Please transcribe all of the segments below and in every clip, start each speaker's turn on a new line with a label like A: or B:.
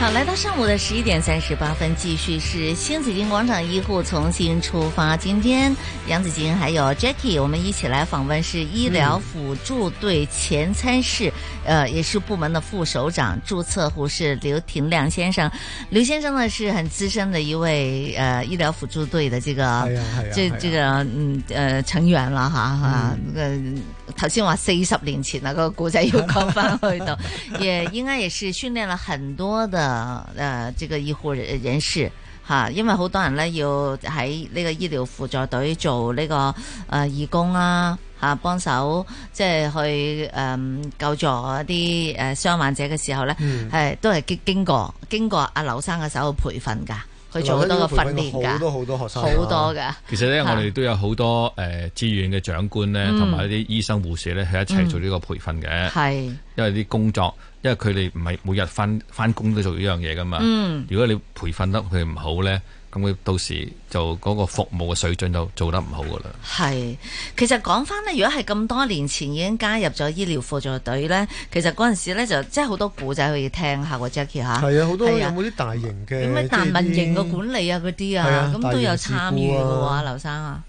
A: 好，來到上午的十一點三十八分，繼續是新紫荊廣場醫護重新出發。今天楊紫金還有 Jackie，我們一起來訪問是醫療輔助隊前參事，呃，也是部門的副首長、註冊護士劉廷亮先生。劉先生呢是很資深的一位呃醫療輔助隊的這個，
B: 哎
C: 係啊係啊
A: 這
C: 係啊
A: 這個嗯呃成員啦吓吓。
C: 嗯
A: 呃頭先話四十年前啊，個古仔要講翻去 到，也應該也是訓練了很多的呃，這個醫護人人士嚇，因為好多人咧要喺呢個醫療輔助隊做呢、個誒、呃、義工啦、啊、嚇、幫手即係去誒、嗯救助一啲誒傷患者嘅時候咧，係、
C: 嗯
A: 都係經經過經過阿劉生嘅手去培訓㗎，佢做好多
C: 劉生應該
A: 嘅
C: 培訓
A: 訓練
C: 過
A: 㗎，
C: 好多好啊多學生
A: 好啊多㗎。
D: 其實咧，我
A: 嚇
D: 哋都有好多誒志願嘅長官咧，
A: 嗯
D: 同埋一啲醫生護士咧，係一齊做呢個培訓嘅。
A: 係
D: 因為啲工作，因為佢哋唔係每日翻翻工都做呢樣嘢噶嘛。
A: 嗯
D: 如果你培訓得佢唔好咧，咁佢到時就嗰個服務嘅水準就做得唔好噶啦。
A: 係，其實講翻咧，如果係咁多年前已經加入咗醫療輔助隊咧，其實嗰陣時咧就即係好多古仔可以聽下喎，Jackie 嚇。
C: 係啊，好多
A: 係
C: 有
A: 啊
C: 冇啲大型嘅
A: 咁咩
C: 即係
A: 難
C: 啲
A: 民營嘅管理啊嗰啲
C: 係
A: 啊
C: 啊，
A: 咁都有
C: 大型事故啊
A: 參與嘅喎，劉生啊。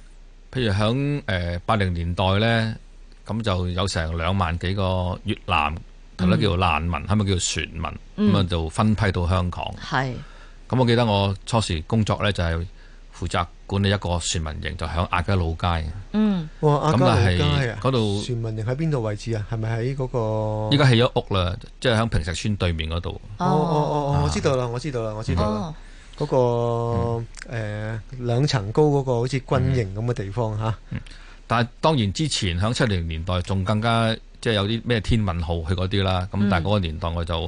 D: 譬如響誒八零年代咧，咁就有成兩萬幾個越南，頭咧叫做難民，後尾叫做船民，咁啊
A: 嗯
D: 就分批到香港。
A: 係，
D: 咁我記得我初時工作呢，就係負責管理一個船民營，就響亞皆老街。
A: 嗯，
C: 哇，亞皆
D: 咁啊
C: 老
D: 係
C: 街啊，
D: 嗰度
C: 船民營喺邊度位置啊？係咪喺嗰個？
D: 依家起咗屋啦，即係響平石村對面嗰度。
C: 哦哦
A: 哦
C: 哦，我知道啦，我知道啦，我知道啦
A: 哦，，
C: 嗰個誒兩層高嗰個好似軍營咁嘅地方嚇，
D: 但係當然之前響七零年代仲更加即係有啲咩天文號去嗰啲啦。咁
A: 嗯
D: 但係嗰個年代我就誒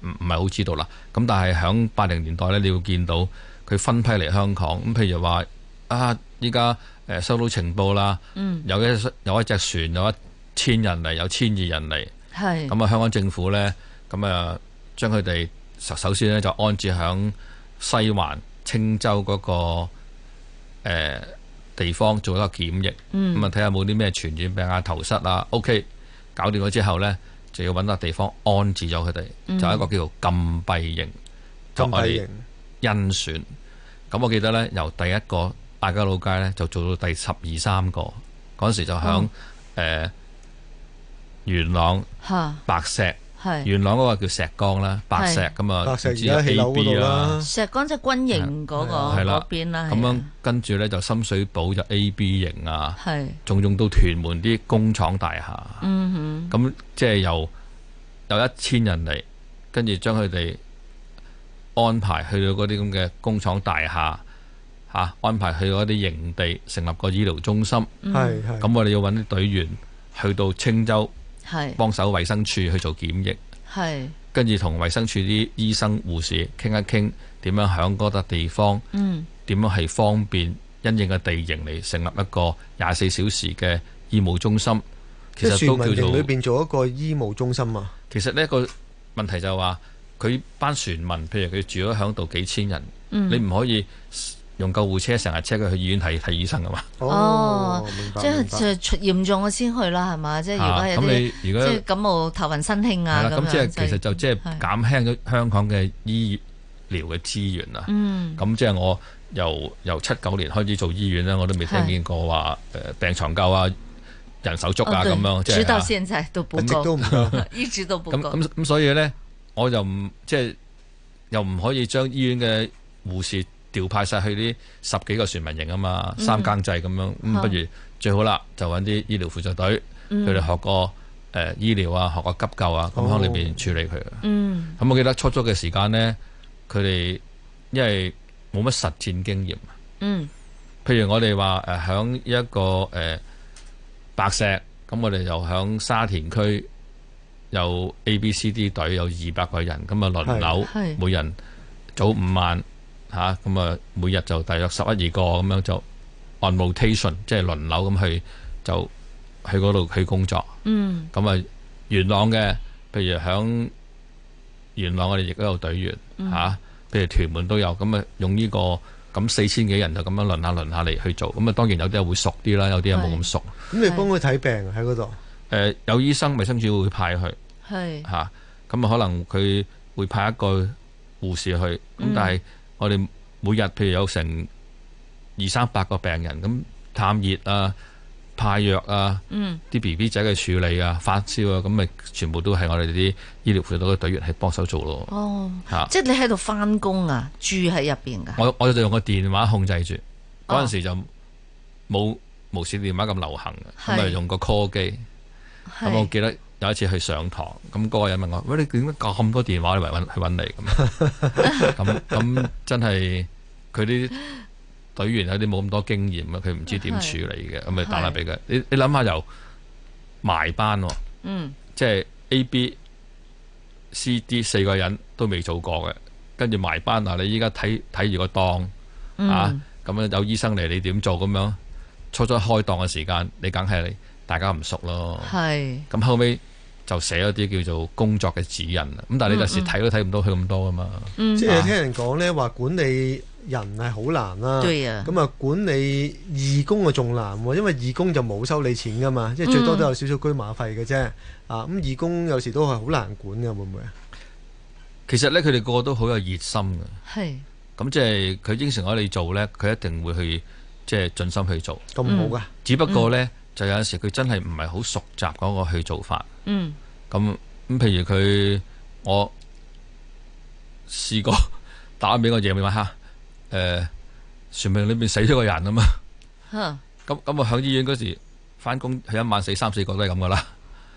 D: 唔唔係好知道啦。咁但係響八零年代呢，你會見到佢分批嚟香港。咁譬如話啊，依家誒收到情報啦，
A: 嗯，
D: 有一有一隻船有一千人嚟，有千二人嚟。
A: 係，
D: 咁啊，香港政府呢，咁啊，將佢哋首首先呢，就安置響西環青州嗰、個、呃、地方做一個檢疫，咁啊、
A: 嗯
D: 睇下冇啲咩傳染病啊、頭虱啊。OK，搞掂咗之後呢，就要揾笪地方安置咗佢哋，就有一個叫做禁閉營，就
C: 咁
D: 我
C: 大
D: 哋
C: 型。
D: 甄選。咁我記得呢，由第一個亞皆老街呢，就做到第十二三個，嗰陣時就響誒、呃元朗
A: 嚇，
D: 白石。
A: 係。
D: 元朗嗰個叫石崗啦，白石
A: 係
D: 咁啊，
C: 白石
D: 唔知
C: 而家起
D: A
C: 樓嗰
D: B
C: 度
D: 啦
C: 啦，
A: 石崗即係軍營嗰個
D: 係啦
A: 嗰邊啦，
D: 咁
A: 係
D: 樣
A: 啊
D: 跟住呢，就深水埗就 A B 型啊，
A: 係，
D: 仲用到屯門啲工廠大廈，
A: 嗯
D: 咁即係由有一千人嚟，跟住將佢哋安排去到嗰啲咁嘅工廠大廈嚇、安排去嗰啲營地成立個醫療中心，咁、
A: 嗯
C: 係係。
D: 我哋要揾啲隊員去到青州
A: 哼，係
D: 幫手衛生署去做檢疫。
A: 係，
D: 跟住同衛生署啲醫生護士傾一傾，點樣喺嗰笪地方
A: 嗯
D: 點樣係方便因應嘅地形嚟成立一個廿四小時嘅醫務中心。其
C: 即係
D: 實都
C: 船民
D: 叫
C: 營裏
D: 做
C: 邊做一個醫務中心啊，
D: 其實呢個問題就係話佢班船民，譬如佢住咗喺度幾千人，
A: 嗯
C: 嗯
D: 你唔可以用救護車成日車佢去醫院睇睇醫生噶嘛。
A: 哦
C: 明白
A: 即
C: 明白
A: 係就嚴重嘅先去啦，係嘛？即係如果
D: 啊
A: 有
D: 咁
A: 啲
D: 你如
A: 即
D: 果
A: 係感冒頭暈身興
D: 係
A: 啊
D: 啦，
A: 咁
D: 咁即係
A: 樣，
D: 其實就即係
A: 係
D: 減輕咗香港嘅醫療嘅資源啊啦。
A: 嗯
D: 咁即係我由由七九年開始做醫院咧，我都未聽見過話誒、呃病床夠啊、人手足
A: 哦
D: 啊咁、
A: 對
D: 樣，即
A: 直到
D: 係
A: 現在都不
C: 一直都
A: 夠，
C: 唔夠。
A: 一直都不
D: 咁
A: 夠。
D: 咁咁，所以咧，我就唔即係又唔可以將醫院嘅護士調派晒去啲十幾個船民營啊嘛，
A: 嗯
D: 三更制咁樣，咁不如最好啦，就揾啲醫療輔助隊，
A: 嗯
D: 佢哋學過誒、呃、醫療啊，學過急救啊，咁喺裏邊處理佢。
A: 哦嗯
D: 咁我記得初初嘅時間呢，佢哋因為冇乜實戰經驗，
A: 嗯
D: 譬如我哋話誒響一個誒、呃白石，咁我哋又響沙田區有 A、B、C、D 隊有二百個人，咁啊輪
A: 係
D: 流，每人早五晚嚇，咁啊每日就大約十一二個咁樣就按 rotation，即係輪流咁去就去嗰度去工作。
A: 嗯
D: 咁啊，元朗嘅，譬如響元朗，我哋亦都有隊員
A: 嗯
D: 嚇、啊譬如屯門都有，咁啊用呢、個咁四千幾人就咁樣輪下輪下嚟去做，咁啊當然有啲人會熟啲啦，有啲人冇咁熟。
C: 咁你幫佢睇病啊喺嗰度，
D: 誒、有醫生衞生署會派去嚇，
A: 係
D: 咁啊可能佢會派一個護士去，咁、
A: 嗯
D: 但係我哋每日譬如有成二三百個病人，咁探熱啊、派藥啊。
A: 嗯
D: 啲 B B 仔嘅處理啊、發燒啊，咁咪全部都係我哋啲醫療輔導嘅隊員係幫手做咯
A: 哦，
D: 嚇、
A: 即係你喺度翻工啊，住喺入邊噶。
D: 我我就用個電話控制住，
A: 哦
D: 嗰陣時就冇無線電話咁流行嘅，
A: 係
D: 咁啊用個 call 機。咁我
A: 係
D: 記得有一次去上堂，咁嗰個人問我：喂，你點解咁多電話嚟揾去揾你咁？ 咁咁真係佢啲隊員有啲冇咁多經驗啊，佢唔知點處理嘅，咁咪打啦俾佢。你你諗下由埋班喎。
A: 嗯
D: 即係 A、B、C、D 四個人都未做過嘅，跟住埋班嗱，你依家睇睇住個檔、啊
A: 嗯，
D: 咁樣有醫生嚟，你點做咁樣？初初開檔嘅時間，你梗係大家唔熟咯。
A: 係
D: 咁後尾就寫咗啲叫做工作嘅指引啦。咁但係你有時睇都睇唔到佢咁多噶嘛。
A: 嗯
C: 即係聽人講咧話管理人係好難啦。
A: 對啊，
C: 咁啊，管理義工啊仲難喎，因為義工就冇收你錢噶嘛，
A: 嗯
C: 即係最多都有少少居馬費嘅啫。啊，咁義工有時都係好難管嘅，會唔會啊？
D: 其實呢，佢哋個個都好有熱心嘅。
A: 係
D: 咁即係佢應承咗你做呢，佢一定會去即係盡心去做。
C: 咁
A: 嗯
C: 好噶，
D: 只不過呢，就有陣時佢真係唔係好熟習嗰個去做法。
A: 嗯
D: 咁咁，譬如佢我試過 打俾我夜晚黑，誒、船呃命裏邊死咗個人啊嘛，
A: 嚇
D: 咁咁我喺醫院嗰時翻工，佢一晚死三四個都係咁噶啦。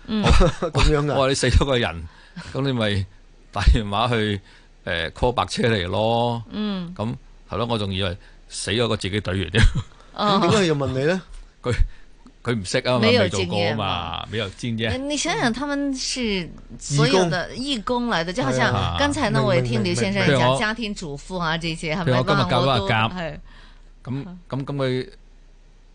C: 咁樣
D: 我
C: 噶，
A: 哦
D: 話你死咗個人，咁你咪打電話去誒、call 呃白車嚟咯。
A: 嗯
D: 咁係咯，我仲以為死咗個自己隊員啫，
C: 咁點
A: 哦。
C: 解佢又問你咧？
D: 佢唔識啊嘛，
A: 沒有
D: 未做過
A: 經驗嗯
D: 啊
A: 嘛
D: 嘛，沒有經 驗。
A: 你想想，他們是所有的義工來的，就好像
D: 哎呀
A: 剛才呢，
C: 明
A: 我也聽劉先生
D: 明明明
A: 講家庭主婦啊，這些係
D: 譬如
A: 咪？
D: 我今日
A: 可能我
D: 夾
A: 都
D: 一夾
A: 係
D: 咁咁咁佢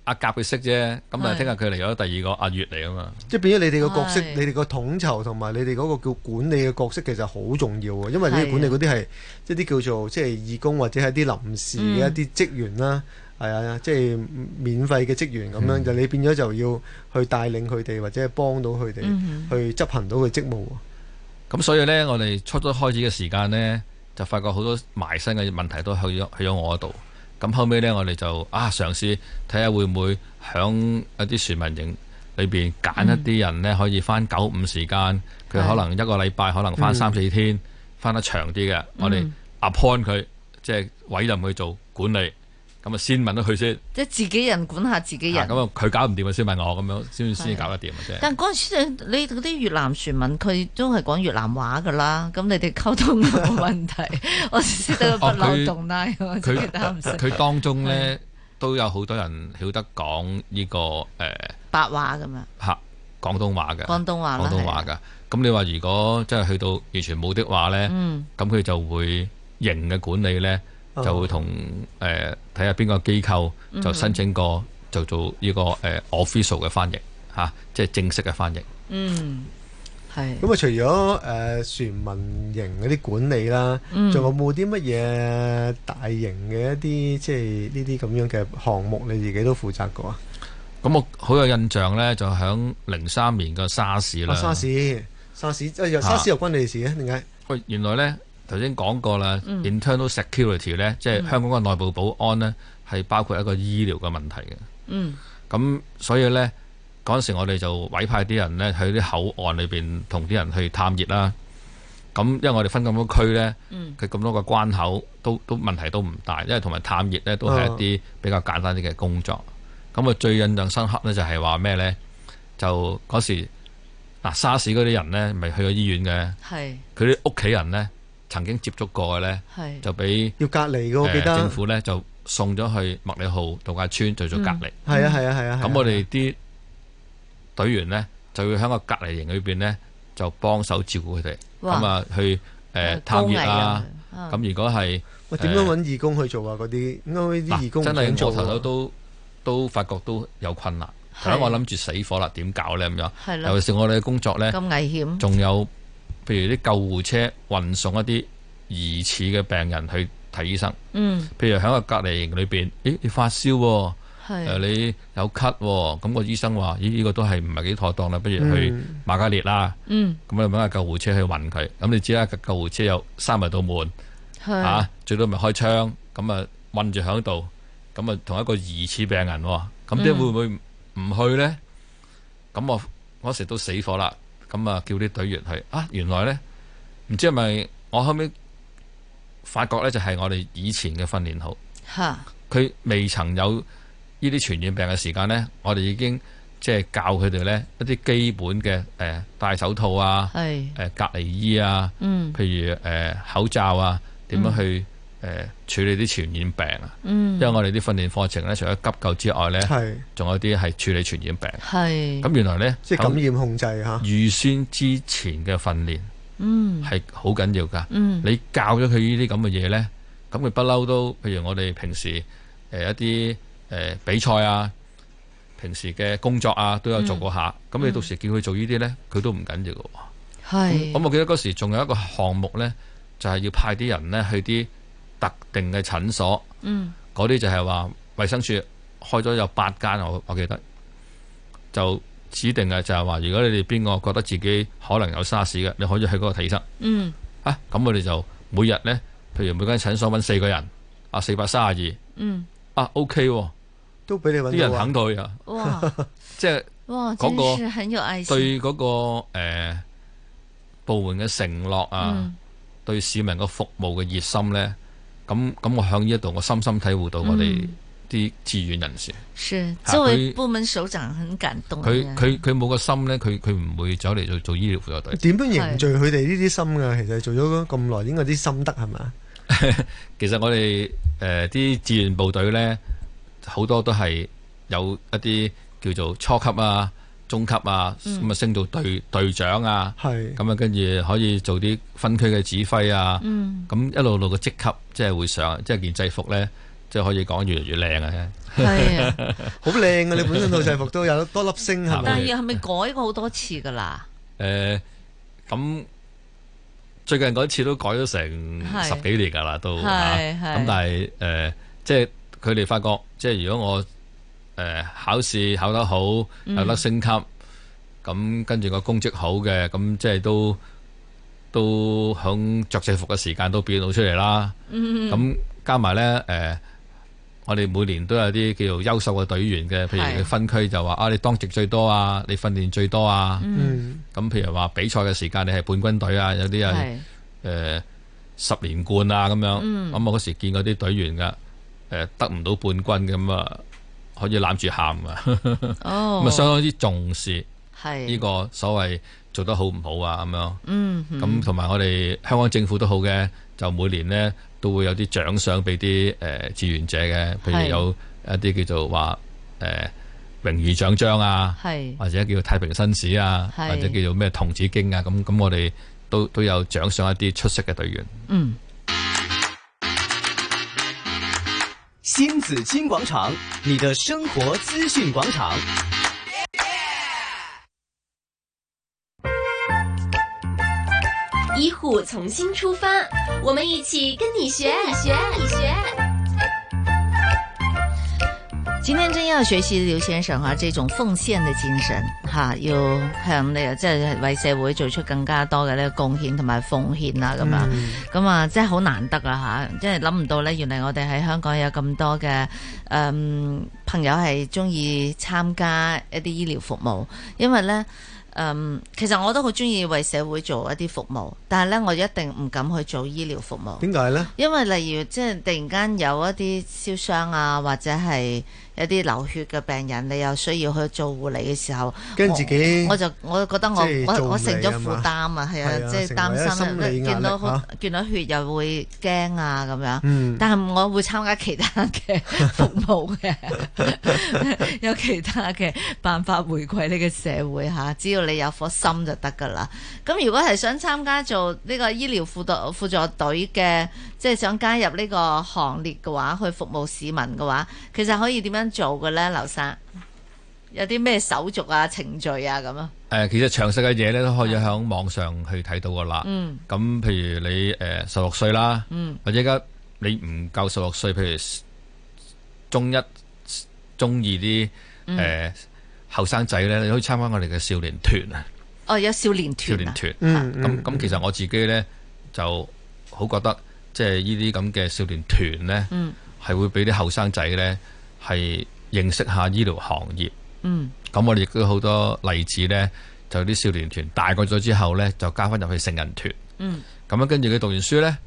D: 阿甲佢識啫，咁啊
A: 係
D: 聽日佢嚟咗第二個阿月嚟啊嘛。
C: 即係變咗你哋嘅角色，
A: 哦係
C: 你哋個統籌同埋你哋嗰個叫管理嘅角色其實好重要嘅，因為你
A: 係啊
C: 哋管理嗰啲係即係啲叫做即係義工或者係啲臨時
A: 嗯
C: 嘅一啲職員啦，係啊，即係免費嘅職員咁
A: 嗯
C: 樣，就你變咗就要去帶領佢哋或者係幫到佢哋
A: 嗯
C: 去執行到佢職務喎。
D: 咁所以呢，我哋初初開始嘅時間呢，就發覺好多埋身嘅問題都去咗去咗我嗰度。咁後尾呢，我哋就啊嘗試睇下會唔會響一啲船民營裏邊揀一啲人呢，可以翻九五時間，佢
A: 嗯係嗯
D: 可能一個禮拜可能翻三四天，翻得長啲嘅，我哋 appoint 佢，即係委任佢做管理。咁啊，先問咗佢先，
A: 即係自己人管下自己
D: 啊
A: 人。
D: 咁啊，佢搞唔掂啊，先問我，咁樣先先
A: 係
D: 搞得掂啊嘅啫。
A: 但嗰陣時你嗰啲越南船民佢都係講越南話噶啦，咁你哋溝通有冇問 題？我識得個不漏洞拉，我真係擔心
D: 哦佢當中呢，都有好多人曉得講呢、個誒
A: 白話咁樣，
D: 嚇、廣東話嘅，
A: 廣東話啦，
D: 廣東話
A: 係啊
D: 嘅。咁你話如果真係去到完全冇的話呢，
A: 嗯
D: 咁佢、就會型嘅管理呢，
C: 哦
D: 就會同誒睇下邊個機構
A: 嗯
D: 就申請過就做呢、個誒、official 嘅翻譯嚇、即係正式嘅翻譯。
A: 嗯係。
C: 咁啊，除咗誒、呃船民營嗰啲管理啦，仲、有冇啲乜嘢大型嘅一啲即係呢啲咁樣嘅項目，你自己都負責過啊？
D: 咁我好有印象呢，就響零三年嘅沙士
A: 哦
D: 啦。
C: 啊，沙士，沙士，誒、又
D: 啊
C: 沙士又關你哋事嘅，點解？
D: 喂，原來呢，頭先講過啦、i n t e r n a l security 呢，即係香港嘅內部保安呢，係包括一個醫療嘅問題嘅。
A: 嗯
D: 咁所以呢，嗰陣時我哋就委派啲人呢，去啲口岸裏邊同啲人去探熱啦。咁因為我哋分咁多區呢，
A: 嗯
D: 佢咁多個關口都都問題都唔大，因為同埋探熱呢，都係一啲比較簡單啲嘅工作。咁啊最印象深刻呢，就係話咩呢？就嗰時嗱沙士嗰啲人呢，咪去咗醫院嘅。
A: 係
D: 佢啲屋企人呢，曾經接觸過嘅呢，
A: 係
D: 就俾
C: 要隔離嘅，我記
D: 誒
C: 得。
D: 政府呢，就送咗去麥理浩度假村做做隔離。
C: 係啊係啊係啊。係啊
D: 咁我哋啲隊員呢，就要喺個隔離營裏邊呢，就幫手照顧佢哋。
A: 哇哦
D: 咁啊，去誒探熱啊。，
A: 咁
D: 咁如果係
C: 喂點樣揾義工去做啊？嗰啲應該啲義
D: 嗱
C: 工
D: 真
C: 唔想
D: 係
C: 做
D: 我
C: 啊
D: 頭頭都都發覺都有困難。第一我諗住死火啦，點搞咧咁樣？
A: 係啦
D: 尤其是我哋嘅工作咧，
A: 咁危險，
D: 仲有譬如啲救護車運送一啲疑似嘅病人去睇醫生，
A: 嗯，
D: 譬如喺個隔離營裏邊，咦你發燒喎、
A: 係
D: 誒、你有咳喎、咁、個醫生話：咦，呢、個都係唔係幾妥當啦？不如去
C: 嗯
D: 瑪嘉烈啦。
A: 嗯
D: 咁你揾架救護車去運佢。咁你知啦，架救護車有閂埋道門
A: 係
D: 啊，最多咪開窗，咁啊韞住喺度，咁啊同一個疑似病人喎、咁啲
A: 嗯
D: 會唔會唔去呢？咁我我嗰時都死火啦，咁啊叫啲隊員去啊，原來呢，唔知係咪我後尾發覺呢，就係我哋以前嘅訓練好。
A: 嚇
D: 佢未曾有呢啲傳染病嘅時間呢，我哋已經即係教佢哋呢一啲基本嘅誒、呃戴手套啊、
A: 係
D: 誒、隔離衣啊，
A: 嗯
D: 譬如誒、呃口罩啊，點樣去誒、呃、處理啲傳染病啊。因為
A: 嗯
D: 我哋啲訓練課程呢，除咗急救之外呢，
C: 係
D: 仲有啲係處理傳染病。
A: 嗯係
D: 咁原來呢，
C: 即係感染控制嚇
D: 喺，預先之前嘅訓練
A: 嗯
D: 係好緊要㗎。
A: 嗯
D: 你教咗佢呢啲咁嘅嘢呢，咁佢不嬲都，譬如我哋平時誒、呃一啲誒、呃比賽啊，平時嘅工作啊，都有做過下。咁、你到時叫佢做呢啲呢，佢都唔緊要嘅喎。
A: 係
D: 咁我記得嗰時仲有一個項目呢，就係、要派啲人呢去啲特定嘅診所，
A: 嗯
D: 嗰啲就係話衛生署開咗有八間，我我記得就指定嘅就係話，如果你哋邊個覺得自己可能有沙士嘅，你可以去嗰個睇醫生。
A: 嗯
D: 啊，咁我哋就每日呢，譬如每間診所揾四個人，啊四百三十
A: 嗯
D: 二，啊 OK 喎，
C: 都俾你
D: 啲
C: 揾
D: 人
C: 到啊
D: 肯！去啊，
A: 哇
D: 即
A: 嗯
D: 係
A: 哇，
D: 嗰個
A: 真是很有愛心，
D: 對嗰、個誒、呃部門嘅承諾啊，
A: 嗯
D: 對市民個服務嘅熱心呢，咁咁我喺呢一度我深深體會到我哋
A: 嗯
D: 啲志願人士，
A: 是
D: 嚇
A: 作為
D: 佢
A: 部門首長很感動嘅，
D: 佢佢佢冇個心呢，佢佢唔會走嚟做做醫療輔助隊。
C: 點樣凝聚佢哋呢啲心㗎？其實做咗咁耐，應該有啲心得係嘛？
D: 其實我哋誒啲志願部隊呢，好多都係有一啲叫做初級啊、中級啊，
A: 嗯
D: 咁啊升到隊隊長啊，
C: 係
D: 咁啊跟住可以做啲分區嘅指揮啊，
A: 嗯
D: 咁一路路嘅職級即係會上，即係件制服呢，即係可以講越嚟越靚啊！
A: 係啊。
C: 好靚嘅，你本身套制服都有多粒星係
A: 但
C: 咪？
A: 係係咪改過好多次㗎啦？
D: 誒呃咁最近嗰次都改咗成
A: 係
D: 十幾年㗎啦，都啊
A: 係
D: 嚇
A: 係
D: 咁但係誒、呃即係佢哋發覺，即係如果我誒、呃考試考得好，有得升級，咁、跟住個功績好嘅，咁即係都都響着制服嘅時間都表現到出嚟啦。咁、加埋咧誒。呃我哋每年都有啲叫做優秀嘅隊員嘅，譬如
A: 係
D: 佢分區就話啊，你當值最多啊，你訓練最多啊，
C: 嗯，
D: 咁譬如話比賽嘅時間，你係半軍隊啊，有啲係
A: 係
D: 誒呃十連冠啊咁樣。咁、
A: 嗯
D: 我嗰時見嗰啲隊員噶，誒、得唔到半軍咁啊，可以攬住喊啊，咁
A: 哦，嗯
D: 啊相當之重視
A: 係
D: 呢個所謂做得好唔好啊咁樣。
A: 嗯哼
D: 咁同埋我哋香港政府都好嘅，就每年呢都會有啲獎賞俾啲誒志願者嘅，譬
A: 係
D: 如有一啲叫做話誒、榮譽獎章啊。
A: 係
D: 或者叫做太平紳士啊，
A: 嗯係
D: 或者叫做咩童子經啊，咁咁我哋都都有獎賞一啲出色嘅隊員。
A: 嗯。
E: 新紫金廣場，你的生活資訊廣場。
B: 医护从新出发，我们一起跟你学，你学，你学。
A: 今天真要學習劉先生啊，這種奉獻的精神吓、要向你即係為社會做出更加多嘅呢個貢獻同埋奉獻啦
C: 嗯
A: 咁啊，咁啊、真係好難得啊吓，即係諗唔到呢，原來我哋喺香港有咁多嘅誒、嗯朋友係中意參加一啲醫療服務，因為呢。嗯，其實我都好中意為社會做一啲服務，但係呢，我一定唔敢去做醫療服務。
C: 點解咧？
A: 因為例如即係突然間有一啲燒傷啊，或者係一啲流血嘅病人，你又需要去做護理嘅時候，
C: 跟自己
A: 我我就我覺得我
C: 即係做
A: 我
C: 唔
A: 我成咗
C: 嚟啊
A: 負
C: 嘛
A: 擔啊，係啊
C: 係，啊
A: 即係擔心
C: 成為一心理壓力啊
A: 見到好
C: 嚇
A: 見到血又會驚啊咁樣。
C: 嗯，
A: 但係我會參加其他嘅 服務嘅，有其他嘅辦法回饋呢個社會嚇。只要你有顆心就得㗎啦。咁如果係想參加做呢個醫療輔導輔助隊嘅，即係想加入呢個行列嘅話，去服務市民嘅話，其實可以點樣做嘅咧，劉生？有啲咩手續啊、程序啊咁啊？
D: 誒，其實詳細嘅嘢咧都可以喺網上去睇到噶啦。
A: 嗯
D: 咁譬如你誒十六歲啦，
A: 嗯
D: 或者而家你唔夠十六歲，譬如中一、中二啲
A: 嗯
D: 誒後生仔咧，你可以參加我哋嘅少年團啊，
A: 哦，有少年
D: 少
A: 團
D: 年
A: 啊，
D: 團。
C: 嗯
D: 咁咁其實我自己咧就好覺得，即係呢啲咁嘅少年團咧，
A: 嗯
D: 係會俾啲後生仔咧係認識下醫療行業。
A: 嗯
D: 咁我哋亦都好多例子呢，就啲少年團大個咗之後呢，就加翻入去成人團。
A: 嗯，
D: 咁啊樣跟住佢讀完書呢，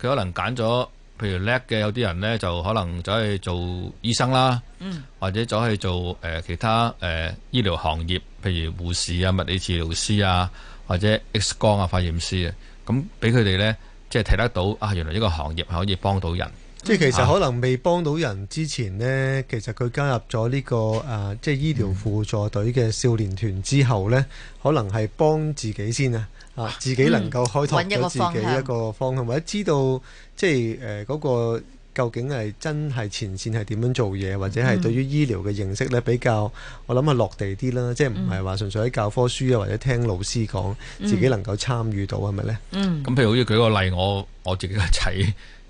D: 佢可能揀咗，譬如叻嘅有啲人呢，就可能走去做醫生啦，
A: 嗯
D: 或者走去做誒、呃其他誒、呃、醫療行業，譬如護士啊、物理治療師啊，或者 X 光啊、化驗師啊，咁俾佢哋呢，即係睇得到啊，原來呢個行業係可以幫到人。
C: 即係其實可能未幫到人之前呢，其實佢加入咗呢、個誒、啊即係醫療輔助隊嘅少年團之後呢，可能係幫自己先啊，啊，自己能夠開拓
A: 揾一個
C: 咗自
A: 方向
C: 己一個方向，或者知道即係誒呃嗰個究竟係真係前線係點樣做嘢，或者係對於醫療嘅認識呢，比較我諗係落地啲啦，即係唔係話純粹喺教科書啊，或者聽老師講，自己能夠參與到係咪呢？
A: 嗯，
D: 咁譬如好似舉個例，我我自己個仔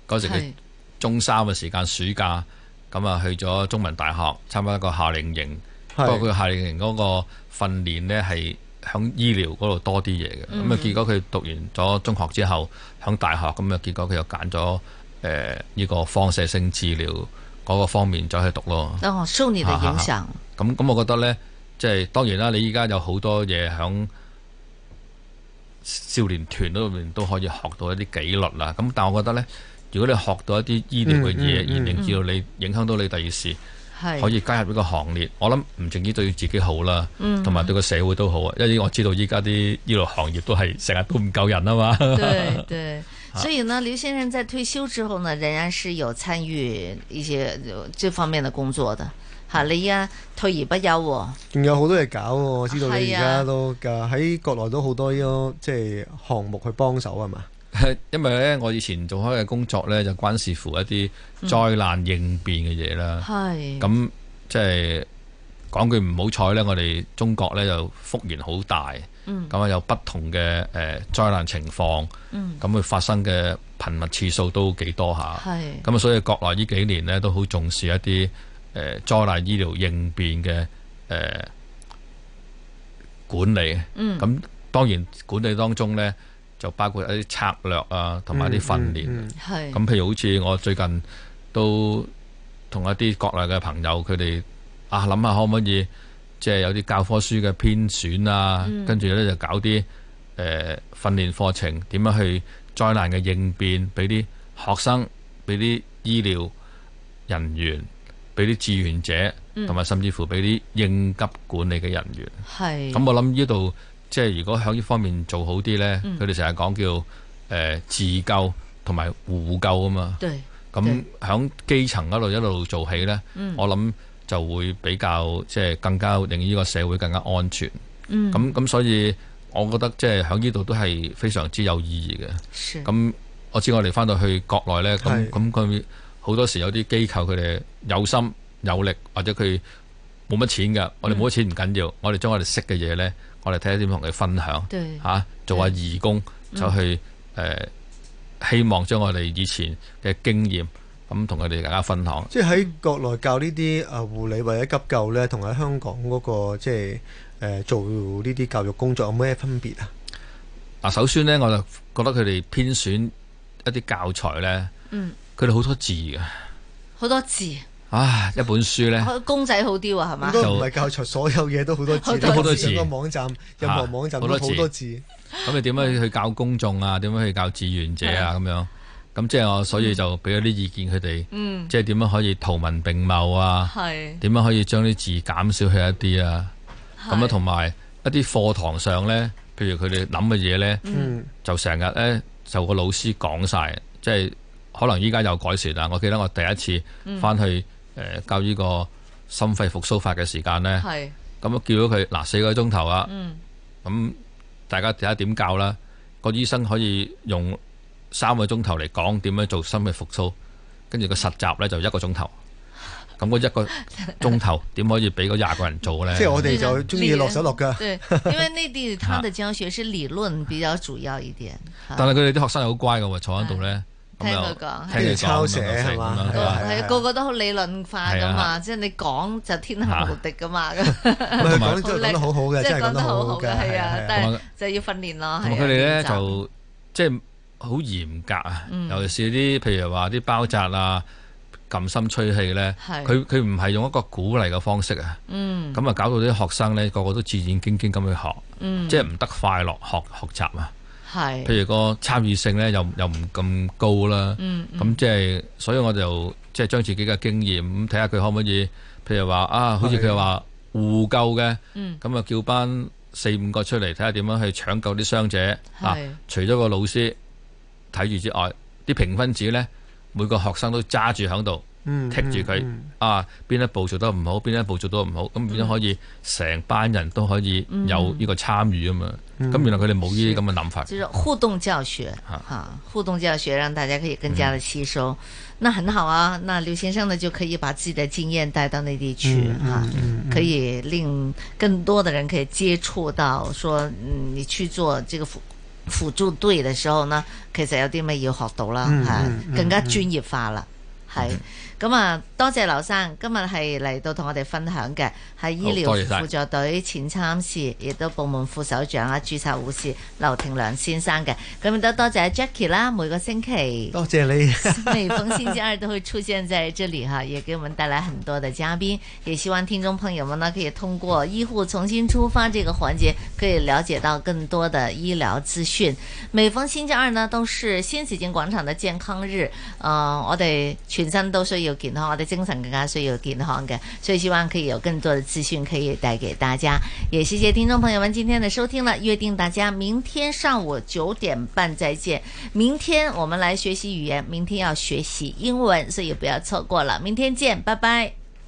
D: 嗰時佢
A: 係
D: 中三嘅時間暑假，咁啊去咗中文大學參加一個夏令營。不過
C: 係
D: 佢夏令營嗰個訓練呢係響醫療嗰度多啲嘢嘅。咁啊、結果佢讀完咗中學之後，響大學咁啊結果佢又揀咗誒呢個放射性治療嗰個方面走去讀咯。
A: 哦，受你的影響，
D: 咁咁，我覺得呢，即係當然啦，你依家有好多嘢響少年團嗰度面都可以學到一啲紀律啦。咁但係我覺得呢，如果你學到一啲醫療嘅嘢，
C: 嗯嗯嗯
D: 而令至到你影響到你第二時
A: 係
D: 可以加入呢個行列，我諗唔淨止對自己好啦，
C: 嗯
D: 同埋對個社會都好啊。因為我知道依家啲醫療行業都係成日都唔夠人啊嘛。
A: 对对，所以呢，刘先生在退休之后呢，仍然是有参与一些呃这方面的工作的。吓，你而家退而不休喎、
C: 仲有好多嘢搞喎，我知道你
A: 係
C: 而
A: 啊
C: 家都㗎喺國內都好多呢個即係項目去幫手係嘛？
D: 因為呢，我以前做開嘅工作呢，就關視乎一啲
C: 嗯
D: 災難應變嘅嘢啦。
A: 係
D: 嗯咁即係講句唔好彩呢，我哋中國呢就幅員好大，
A: 嗯
D: 咁啊有不同嘅誒災難情況，
A: 嗯
D: 咁佢發生嘅頻密次數都幾多下。
A: 係
D: 咁啊，所以國內呢幾年呢都好重視一啲誒災難醫療應變嘅誒、呃管理。
A: 嗯
D: 咁當然管理當中呢，就包括一啲策略啊，同埋一啲訓練。
C: 嗯
A: 係
C: 嗯
D: 咁譬如好似我最近都同一啲國內嘅朋友，佢哋啊諗下可唔可以即係有啲教科書嘅編選啊，跟住咧就搞啲誒、呃、訓練課程，點樣去災難嘅應變，俾啲學生，俾啲醫療人員，俾啲志願者，同埋、甚至乎俾啲應急管理嘅人員。
A: 係
D: 咁我諗呢度即係如果喺呢方面做好啲呢，
A: 嗯
D: 佢哋成日講叫誒、呃自救同埋互救啊嘛。
A: 對
D: 咁
A: 對嗯
D: 喺基層嗰度一路做起呢，我諗就會比較即係更加令呢個社會更加安全。
A: 嗯
D: 咁咁所以我覺得即係喺呢度都係非常之有意義嘅。
A: 是
D: 咁我知我哋翻到去國內呢，咁
C: 係
D: 咁佢好多時有啲機構佢哋有心有力，或者佢冇乜錢嘅，我哋
A: 嗯
D: 冇乜錢唔緊要，我哋將我哋識嘅嘢呢，我哋睇下點同佢分享
A: 對嗯
D: 嚇、做下義工走去誒、呃希望將我哋以前嘅經驗咁同佢哋大家分享。
C: 即係喺國內教呢啲誒護理或者急救呢，同喺香港嗰、個即係誒、呃做呢啲教育工作有咩分別啊？
D: 嗱，首先呢，我就覺得佢哋編選一啲教材呢，
A: 嗯
D: 佢哋好多字嘅，
A: 好多字，
D: 啊一本書呢。
A: 公仔好啲喎，係嘛
C: 應該？唔係教材，所有嘢都好多字，
A: 好多字
C: 你上個網站，任何網站都
D: 好
C: 好
D: 多字
C: 多字。
D: 咁你點
A: 哦
D: 樣去教公眾啊？點樣去教志願者啊？咁樣咁即係我，所以就俾咗啲意見佢哋，
A: 嗯
D: 即係點樣可以圖文並茂啊？
A: 係
D: 點樣可以將啲字減少去一啲啊？
A: 係
D: 咁啊，同埋一啲課堂上呢，譬如佢哋諗嘅嘢呢，
C: 嗯，
D: 就成日呢，就個老師講晒，即係可能依家有改善啦。我記得我第一次
A: 嗯
D: 翻去誒、呃教呢個心肺復甦法嘅時間呢。
A: 係
D: 咁啊叫咗佢嗱四個鐘頭啊，咁、
A: 嗯
D: 大家睇下點教啦。個醫生可以用三個鐘頭嚟講點樣做心肺復甦，跟住個實習呢就一個鐘頭。咁嗰一個鐘頭點可以俾嗰廿個人做咧？
C: 即係我哋就中意落手落腳。
A: 对，因为内地他的教学是理论比较主要一点。
D: 但係佢哋啲學生又好乖嘅喎，坐喺度咧，
A: 聽
D: 咁又
A: 佢講
D: 聽佢講
C: 抄寫
D: 咁樣
C: 係嘛
D: 咁樣
C: 係啊
A: 系個個都好理論化噶
D: 係哎啊
A: 嘛，即係你講就天下無敵噶嘛，
C: 唔係佢講
A: 好
C: 真
A: 叻
C: 係講得好好嘅，
A: 即係
C: 真係講
A: 講
C: 得
A: 得
C: 好
A: 好
C: 好
A: 好
C: 嘅，
A: 嘅，係啊，
C: 係
A: 但係就要訓練咯，
D: 同
A: 係
D: 埋
A: 啊
D: 佢哋
A: 練
D: 咧
A: 習
D: 就即係好嚴格啊，尤其是啲譬如話啲包紮啊、撳心吹氣咧，
A: 係
D: 佢佢唔係用一個鼓勵嘅方式啊，
A: 嗯
D: 咁啊搞到啲學生咧個個都戰戰兢兢咁去學，
A: 嗯，
D: 即係唔得快樂學學習啊。
A: 係
D: 譬如個參與性咧又又唔咁高啦，
A: 嗯
D: 咁即係所以我就即係將自己嘅經驗咁睇下佢可唔可以，譬如話啊，好似佢話互救嘅，
A: 嗯
D: 咁啊叫班四五個出嚟睇下點樣去搶救啲傷者啊
A: 係，
D: 除咗個老師睇住之外，啲評分紙呢，每個學生都揸住喺度。
C: 嗯
D: 剔住佢啊，邊一步做得唔好，邊一步做得唔好，咁變咗可以成班人都可以
C: 嗯
D: 有呢個參與啊嘛。咁原來佢哋冇呢啲咁嘅諗法。
A: 就是互動教學
D: 啊
A: 哈，互動教學讓大家可以更加的吸收，
C: 嗯
A: 那很好啊。那劉先生呢就可以把自己的經驗帶到內地去
C: 嗯嗯
A: 哈
C: 嗯，
A: 可以令更多的人可以接觸到，說嗯你去做這個輔輔助隊嘅時候呢，其實有啲乜要學到啦，
C: 嗯嗯
A: 係
C: 嗯
A: 更加
C: 嗯
A: 專業化啦，係。咁啊，多謝劉生今日係嚟到同我哋分享嘅係醫
D: 好
A: 療
D: 多謝晒
A: 輔助隊前參事，亦都部門副首長啊、註冊護士劉庭良先生嘅。咁亦都多謝 Jackie 啦，每個星期
C: 多謝你。
A: 每逢星期二都會出現在這裡哈，也給我們帶來很多的嘉賓。也希望聽眾朋友們呢，可以通過醫護重新出發這個環節，可以了解到更多的醫療資訊。每逢星期二呢，都是新紫荊廣場的健康日。誒、我哋全身都需要健康，我哋精神更加需要健康嘅，所以希望可以有更多的資訊可以帶給大家。也謝謝聽眾朋友們今天的收聽了，約定大家明天上午九點半再見。明天我們來學習語言，明天要學習英文，所以不要錯過了。明天見，拜拜。